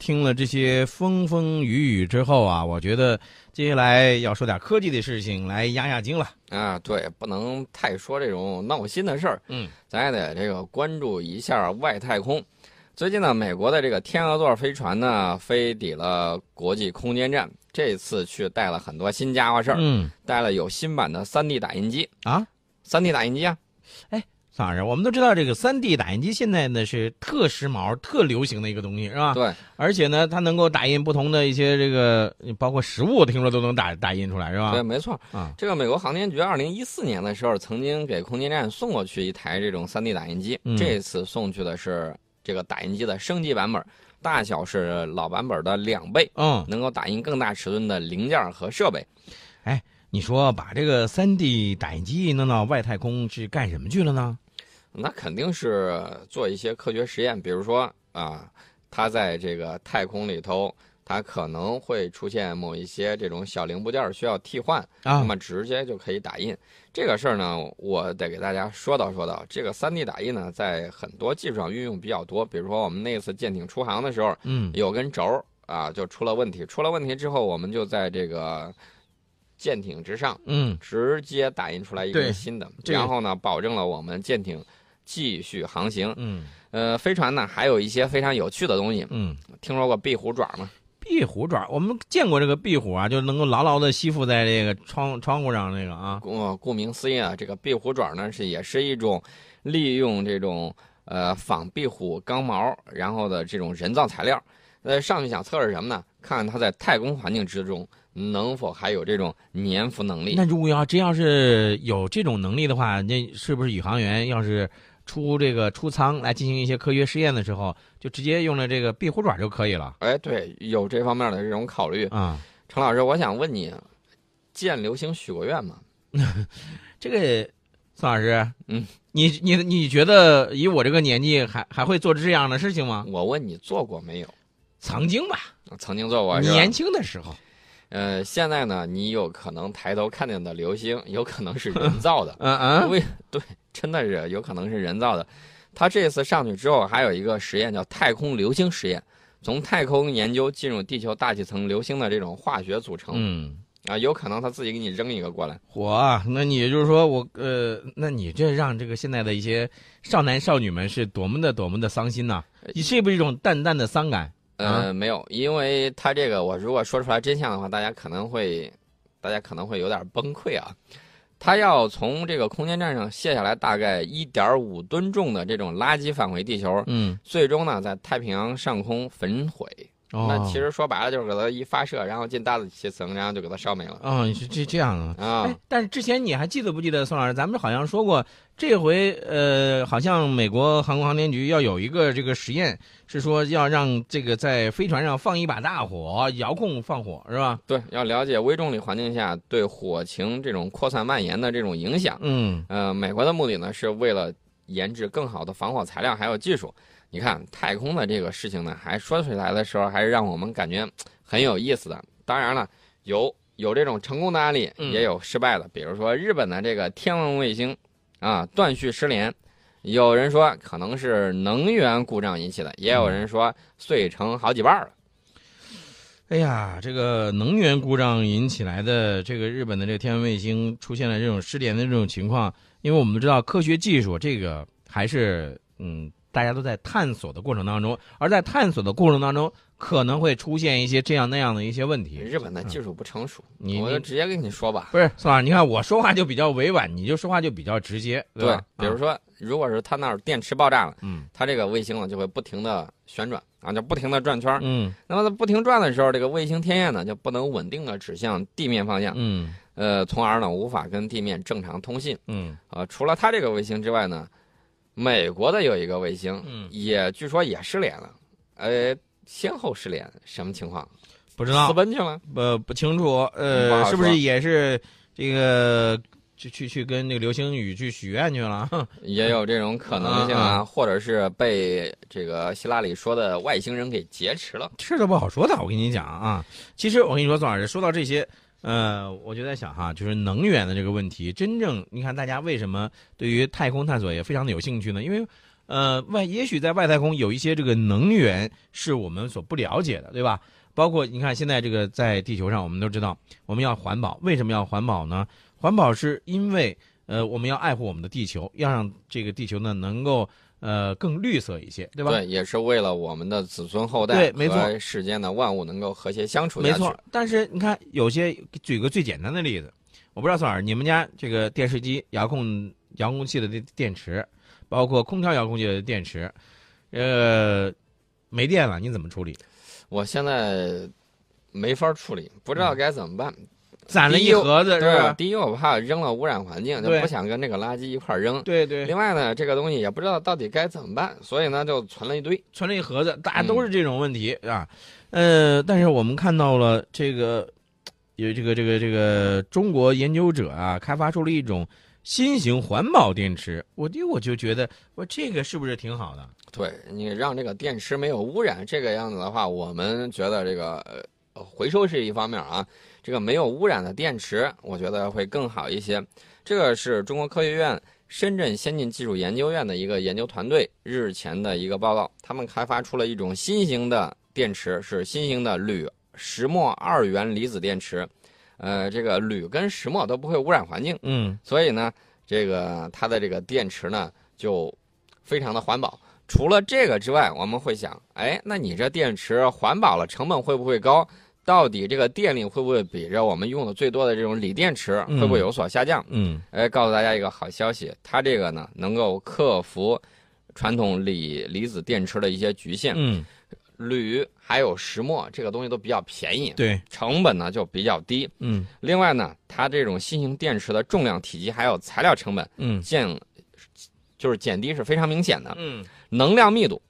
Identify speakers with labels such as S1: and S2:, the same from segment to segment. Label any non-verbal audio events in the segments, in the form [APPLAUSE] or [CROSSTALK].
S1: 听了这些风风雨雨之后啊，我觉得接下来要说点科技的事情来压压惊了。
S2: 啊，对，不能太说这种闹心的事儿，
S1: 嗯，
S2: 咱也得这个关注一下外太空。最近呢，美国的这个天鹅座飞船呢飞抵了国际空间站，这次去带了很多新家伙事儿，
S1: 嗯
S2: 带了有新版的 3D 打印机
S1: 啊，
S2: ，3D 打印机啊，
S1: 当然，我们都知道这个三 D 打印机现在呢是特时髦、特流行的一个东西，是吧？
S2: 对，
S1: 而且呢，它能够打印不同的一些这个，包括食物，听说都能打打印出来，是吧？
S2: 对，没错
S1: 啊
S2: 这个美国航天局二零一四年的时候，曾经给空间站送过去一台这种三 D 打印机，
S1: 嗯
S2: 这次送去的是这个打印机的升级版本，大小是老版本的两倍，
S1: 嗯，
S2: 能够打印更大尺寸的零件和设备。
S1: 你说把这个三 D 打印机弄到外太空是干什么去了呢？
S2: 那肯定是做一些科学实验，比如说啊，它在这个太空里头，它可能会出现某一些这种小零部件儿需要替换，
S1: 啊
S2: 那，么直接就可以打印。这个事儿呢，我得给大家说道说道。这个 3D 打印呢，在很多技术上运用比较多，比如说我们那次舰艇出航的时候，
S1: 嗯
S2: 有根轴儿啊就出了问题，出了问题之后，我们就在这个舰艇之上
S1: 嗯，
S2: 直接打印出来一
S1: 对
S2: 根新的，
S1: 这个
S2: 然后呢，保证了我们舰艇继续航行。
S1: 嗯
S2: 呃，飞船呢还有一些非常有趣的东西，
S1: 嗯，
S2: 听说过壁虎爪吗？
S1: 壁虎爪，我们见过这个壁虎啊，就能够牢牢的吸附在这个窗窗户上那个啊，
S2: 顾顾名思义啊，这个壁虎爪呢是也是一种利用这种呃仿壁虎刚毛然后的这种人造材料。呃，上面想测试什么呢？看看它在太空环境之中能否还有这种粘附能力。
S1: 那如果要真要是有这种能力的话，那是不是宇航员要是出这个出舱来进行一些科学实验的时候，就直接用了这个壁虎爪就可以了？
S2: 哎，对，有这方面的这种考虑。
S1: 啊、
S2: 程老师，我想问你，见流星许过愿吗？
S1: 这个宋老师，
S2: 嗯，
S1: 你你你觉得以我这个年纪还还会做这样的事情吗？
S2: 我问你做过没有？
S1: 曾经吧，
S2: 曾经做过是吧？
S1: 年轻的时候，
S2: 呃，现在呢，你有可能抬头看见的流星，有可
S1: [LAUGHS]
S2: 能是人造的。
S1: 嗯嗯，
S2: 为对，真的是有可能是人造的。他这次上去之后，还有一个实验叫太空流星实验，从太空研究进入地球大气层流星的这种化学组成、
S1: 嗯。
S2: 啊，有可能他自己给你扔一个过来。
S1: 火啊，那你也就是说我呃，那你这让这个现在的一些少男少女们是多么的多么的伤心呐、你是不是一种淡淡的伤感？
S2: 呃，没有，因为他这个我如果说出来真相的话，大家可能会，大家可能会有点崩溃啊。他要从这个空间站上卸下来大概一点五吨重的这种垃圾返回地球，
S1: 嗯，
S2: 最终呢在太平洋上空焚毁。
S1: 哦，
S2: 那其实说白了就是给它一发射，然后进大气层，然后就给它烧没了
S1: 哦，你是这这样啊？
S2: 啊
S1: 哎，但是之前你还记得不记得，宋老师，咱们好像说过，这回呃，好像美国航空航天局要有一个这个实验，是说要让这个在飞船上放一把大火，遥控放火，是吧？
S2: 对，要了解微重力环境下对火情这种扩散蔓延的这种影响。
S1: 嗯
S2: 呃，美国的目的呢是为了研制更好的防火材料还有技术。你看太空的这个事情呢，还说起来的时候还是让我们感觉嘖很有意思的。当然了，有有这种成功的案例，
S1: 嗯
S2: 也有失败的。比如说日本的这个天文卫星啊断续失联，有人说可能是能源故障引起的，也
S1: 嗯
S2: 有人说碎成好几半儿了。
S1: 哎呀，这个能源故障引起来的这个日本的这个天文卫星出现了这种失联的这种情况，因为我们都知道科学技术这个还是嗯大家都在探索的过程当中，而在探索的过程当中可能会出现一些这样那样的一些问题。
S2: 日本的技术不成熟，
S1: 嗯你
S2: 我
S1: 你
S2: 就直接跟你说吧。
S1: 不是宋老师，你看我说话就比较委婉，你就说话就比较直接，
S2: 对
S1: 吧？，
S2: 比如
S1: 啊
S2: 说，如果是它那儿电池爆炸了。
S1: 嗯
S2: 它这个卫星呢就会不停的旋转啊，就不停的转圈儿。
S1: 嗯
S2: 那么它不停转的时候，这个卫星天线呢就不能稳定的指向地面方向，
S1: 嗯
S2: 呃，从而呢无法跟地面正常通信
S1: 嗯
S2: 啊、除了它这个卫星之外呢，美国的有一个卫星，
S1: 嗯
S2: 也据说也失联了，呃，先后失联，什么情况？
S1: 不
S2: 不
S1: 知道
S2: 私奔去了？
S1: 不不清楚，
S2: 不
S1: 呃，
S2: 好
S1: 是不是
S2: 说
S1: 也是这个去去去跟那个流星雨去许愿去了？
S2: 也有这种可能性
S1: 啊
S2: 啊，或者是被这个希拉里说的外星人给劫持了。
S1: 这都不好说的，我跟你讲啊。其实我跟你说，宋老师，说到这些，呃，我就在想哈，就是能源的这个问题，真正你看大家为什么对于太空探索也非常的有兴趣呢？因为呃，外也许在外太空有一些这个能源是我们所不了解的，对吧？包括你看现在这个在地球上，我们都知道我们要环保，为什么要环保呢？环保是因为呃我们要爱护我们的地球，要让这个地球呢能够呃更绿色一些，对吧？
S2: 对，也是为了我们的子孙后代
S1: 对没错
S2: 和世间的万物能够和谐相处下
S1: 没
S2: 去。
S1: 错，，但是你看，有些举个最简单的例子，我不知道宋老师，你们家这个电视机遥控遥控器的电电池，包括空调遥控器的电池，呃，没电了，你怎么处理？
S2: 我现在没法处理，不知道该怎么办。
S1: 攒了一盒子是
S2: 对，啊
S1: 吧？
S2: 第一我怕扔了污染环境，就
S1: 对
S2: 不想跟这个垃圾一块儿扔。
S1: 对对，
S2: 另外呢，这个东西也不知道到底该怎么办，所以呢就存了一堆。
S1: 存了一盒子，大家
S2: 嗯
S1: 都是这种问题、啊。呃，但是我们看到了这个，有这个这个这个中国研究者啊，开发出了一种新型环保电池，我第一我就觉得，我这个是不是挺好的？
S2: 对你让这个电池没有污染，这个样子的话，我们觉得这个呃回收是一方面啊，这个没有污染的电池，我觉得会更好一些。这个是中国科学院深圳先进技术研究院的一个研究团队日前的一个报告，他们开发出了一种新型的电池，是新型的铝石墨二元离子电池。呃，这个铝跟石墨都不会污染环境，
S1: 嗯，
S2: 所以呢，这个它的这个电池呢就非常的环保。除了这个之外，我们会想，哎，那你这电池环保了，成本会不会高？到底这个电力会不会比着我们用的最多的这种锂电池
S1: 嗯
S2: 会不会有所下降？
S1: 嗯
S2: 哎，告诉大家一个好消息，它这个呢能够克服传统锂离子电池的一些局限。
S1: 嗯，
S2: 铝还有石墨这个东西都比较便宜，
S1: 对，
S2: 成本呢就比较低。
S1: 嗯
S2: 另外呢，它这种新型电池的重量、体积还有材料成本
S1: 嗯
S2: 降，就是减低是非常明显的，
S1: 嗯
S2: 能量密度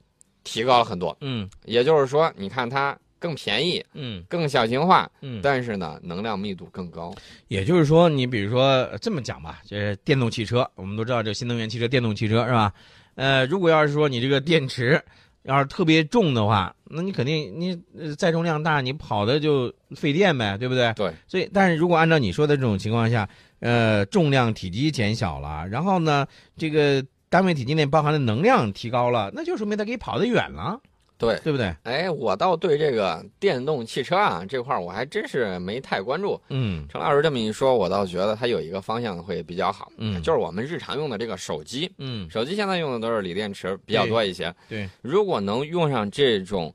S2: 提高了很多。
S1: 嗯
S2: 也就是说，你看它更便宜、
S1: 嗯
S2: 更小型化，
S1: 嗯。
S2: 但是呢，能量密度更高。
S1: 也就是说，你比如说呃这么讲吧，这电动汽车，我们都知道这新能源汽车、电动汽车是吧？呃，如果要是说你这个电池要是特别重的话，那你肯定你呃载重量大，你跑的就费电呗，对不对？
S2: 对。
S1: 所以，但是如果按照你说的这种情况下，呃，重量体积减小了，然后呢，这个单位体积内包含的能量提高了，那就说明它可以跑得远了，
S2: 对，
S1: 对不对？
S2: 哎，我倒对这个电动汽车啊这块儿我还真是没太关注。
S1: 嗯
S2: 陈老师这么一说，我倒觉得它有一个方向会比较好，
S1: 嗯
S2: 就是我们日常用的这个手机，
S1: 嗯，
S2: 手机现在用的都是锂电池比较
S1: 对
S2: 多一些。
S1: 对，
S2: 如果能用上这种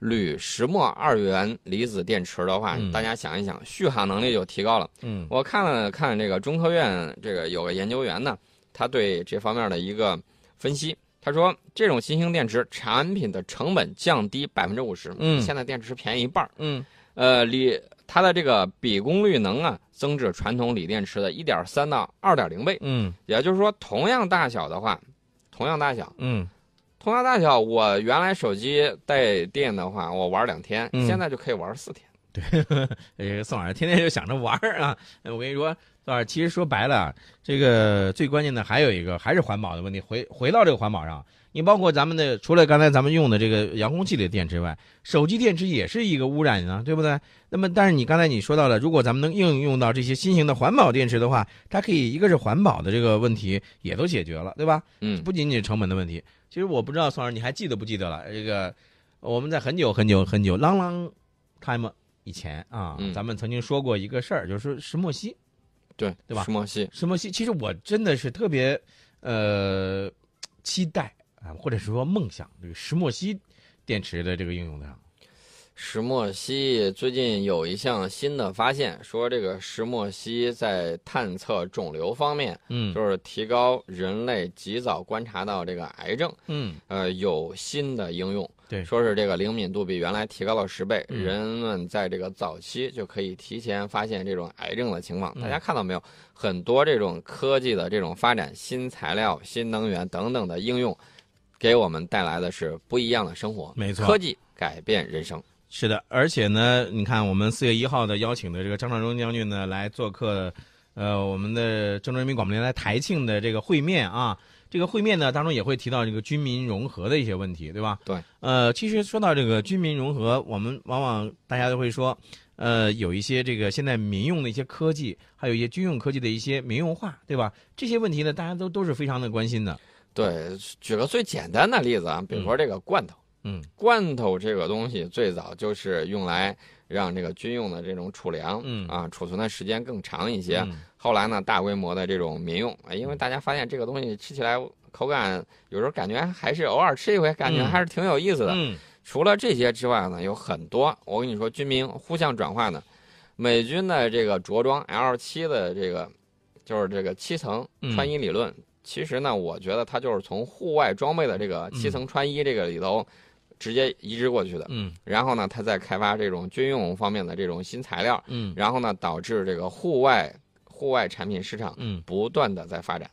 S2: 铝石墨二元离子电池的话，
S1: 嗯
S2: 大家想一想，续航能力就提高了。
S1: 嗯
S2: 我看了看这个中科院这个有个研究员呢，他对这方面的一个分析，他说这种新型电池产品的成本降低百分之五十，
S1: 嗯
S2: 现在电池便宜一半儿，
S1: 嗯
S2: 呃，锂它的这个比功率能啊，增至传统锂电池的一点三到二点零倍，
S1: 嗯
S2: 也就是说，同样大小的话，同样大小。
S1: 嗯
S2: 同样大小，我原来手机带电的话，我玩两天，
S1: 嗯
S2: 现在就可以玩四天。
S1: 呃，宋老师天天就想着玩儿啊！哎我跟你说，宋老师，其实说白了，啊这个最关键的还有一个还是环保的问题。回回到这个环保上，你包括咱们的，除了刚才咱们用的这个遥控器里的电池外，手机电池也是一个污染啊，对不对？那么，但是你刚才你说到了，如果咱们能应用到这些新型的环保电池的话，它可以一个是环保的这个问题也都解决了，对吧？
S2: 嗯，
S1: 不仅仅是成本的问题。其实我不知道宋老师你还记得不记得了？这个我们在很久很久很久 long long time 以前啊，
S2: 嗯
S1: 咱们曾经说过一个事儿，就是石墨烯。
S2: 对
S1: 对吧
S2: 石墨烯，
S1: 石墨烯，其实我真的是特别呃期待啊，或者是说梦想这个石墨烯电池的这个应用上。
S2: 石墨烯最近有一项新的发现，说这个石墨烯在探测肿瘤方面，
S1: 嗯
S2: 就是提高人类及早观察到这个癌症，
S1: 嗯
S2: 呃，有新的应用。
S1: 对
S2: 说是这个灵敏度比原来提高了十倍，
S1: 嗯
S2: 人们在这个早期就可以提前发现这种癌症的情况。
S1: 嗯
S2: 大家看到没有？很多这种科技的这种发展，新材料、新能源等等的应用，给我们带来的是不一样的生活。
S1: 没错
S2: 科技改变人生。
S1: 是的，而且呢，你看我们四月一号的邀请的这个张召忠将军呢来做客，呃，我们的郑州人民广播电台台庆的这个会面啊，这个会面呢当中也会提到这个军民融合的一些问题，对吧？
S2: 对。
S1: 呃，其实说到这个军民融合，我们往往大家都会说，呃，有一些这个现在民用的一些科技，还有一些军用科技的一些民用化，对吧？这些问题呢，大家都都是非常的关心的。
S2: 对，举个最简单的例子啊，比如说这个罐头，
S1: 嗯
S2: 罐头这个东西最早就是用来让这个军用的这种储粮，
S1: 嗯
S2: 啊，储存的时间更长一些。
S1: 嗯
S2: 后来呢，大规模的这种民用，哎因为大家发现这个东西吃起来口感，有时候感觉还是偶尔吃一回，感觉
S1: 嗯
S2: 还是挺有意思的。
S1: 嗯
S2: 除了这些之外呢，有很多我跟你说，军民互相转换的。美军的这个着装 L 七的这个，就是这个七层
S1: 嗯
S2: 穿衣理论，其实呢，我觉得它就是从户外装备的这
S1: 嗯
S2: 个七层穿衣这个里头直接移植过去的。
S1: 嗯
S2: 然后呢，它再开发这种军用方面的这种新材料，
S1: 嗯
S2: 然后呢，导致这个户外户外产品市场
S1: 嗯
S2: 不断的在发展。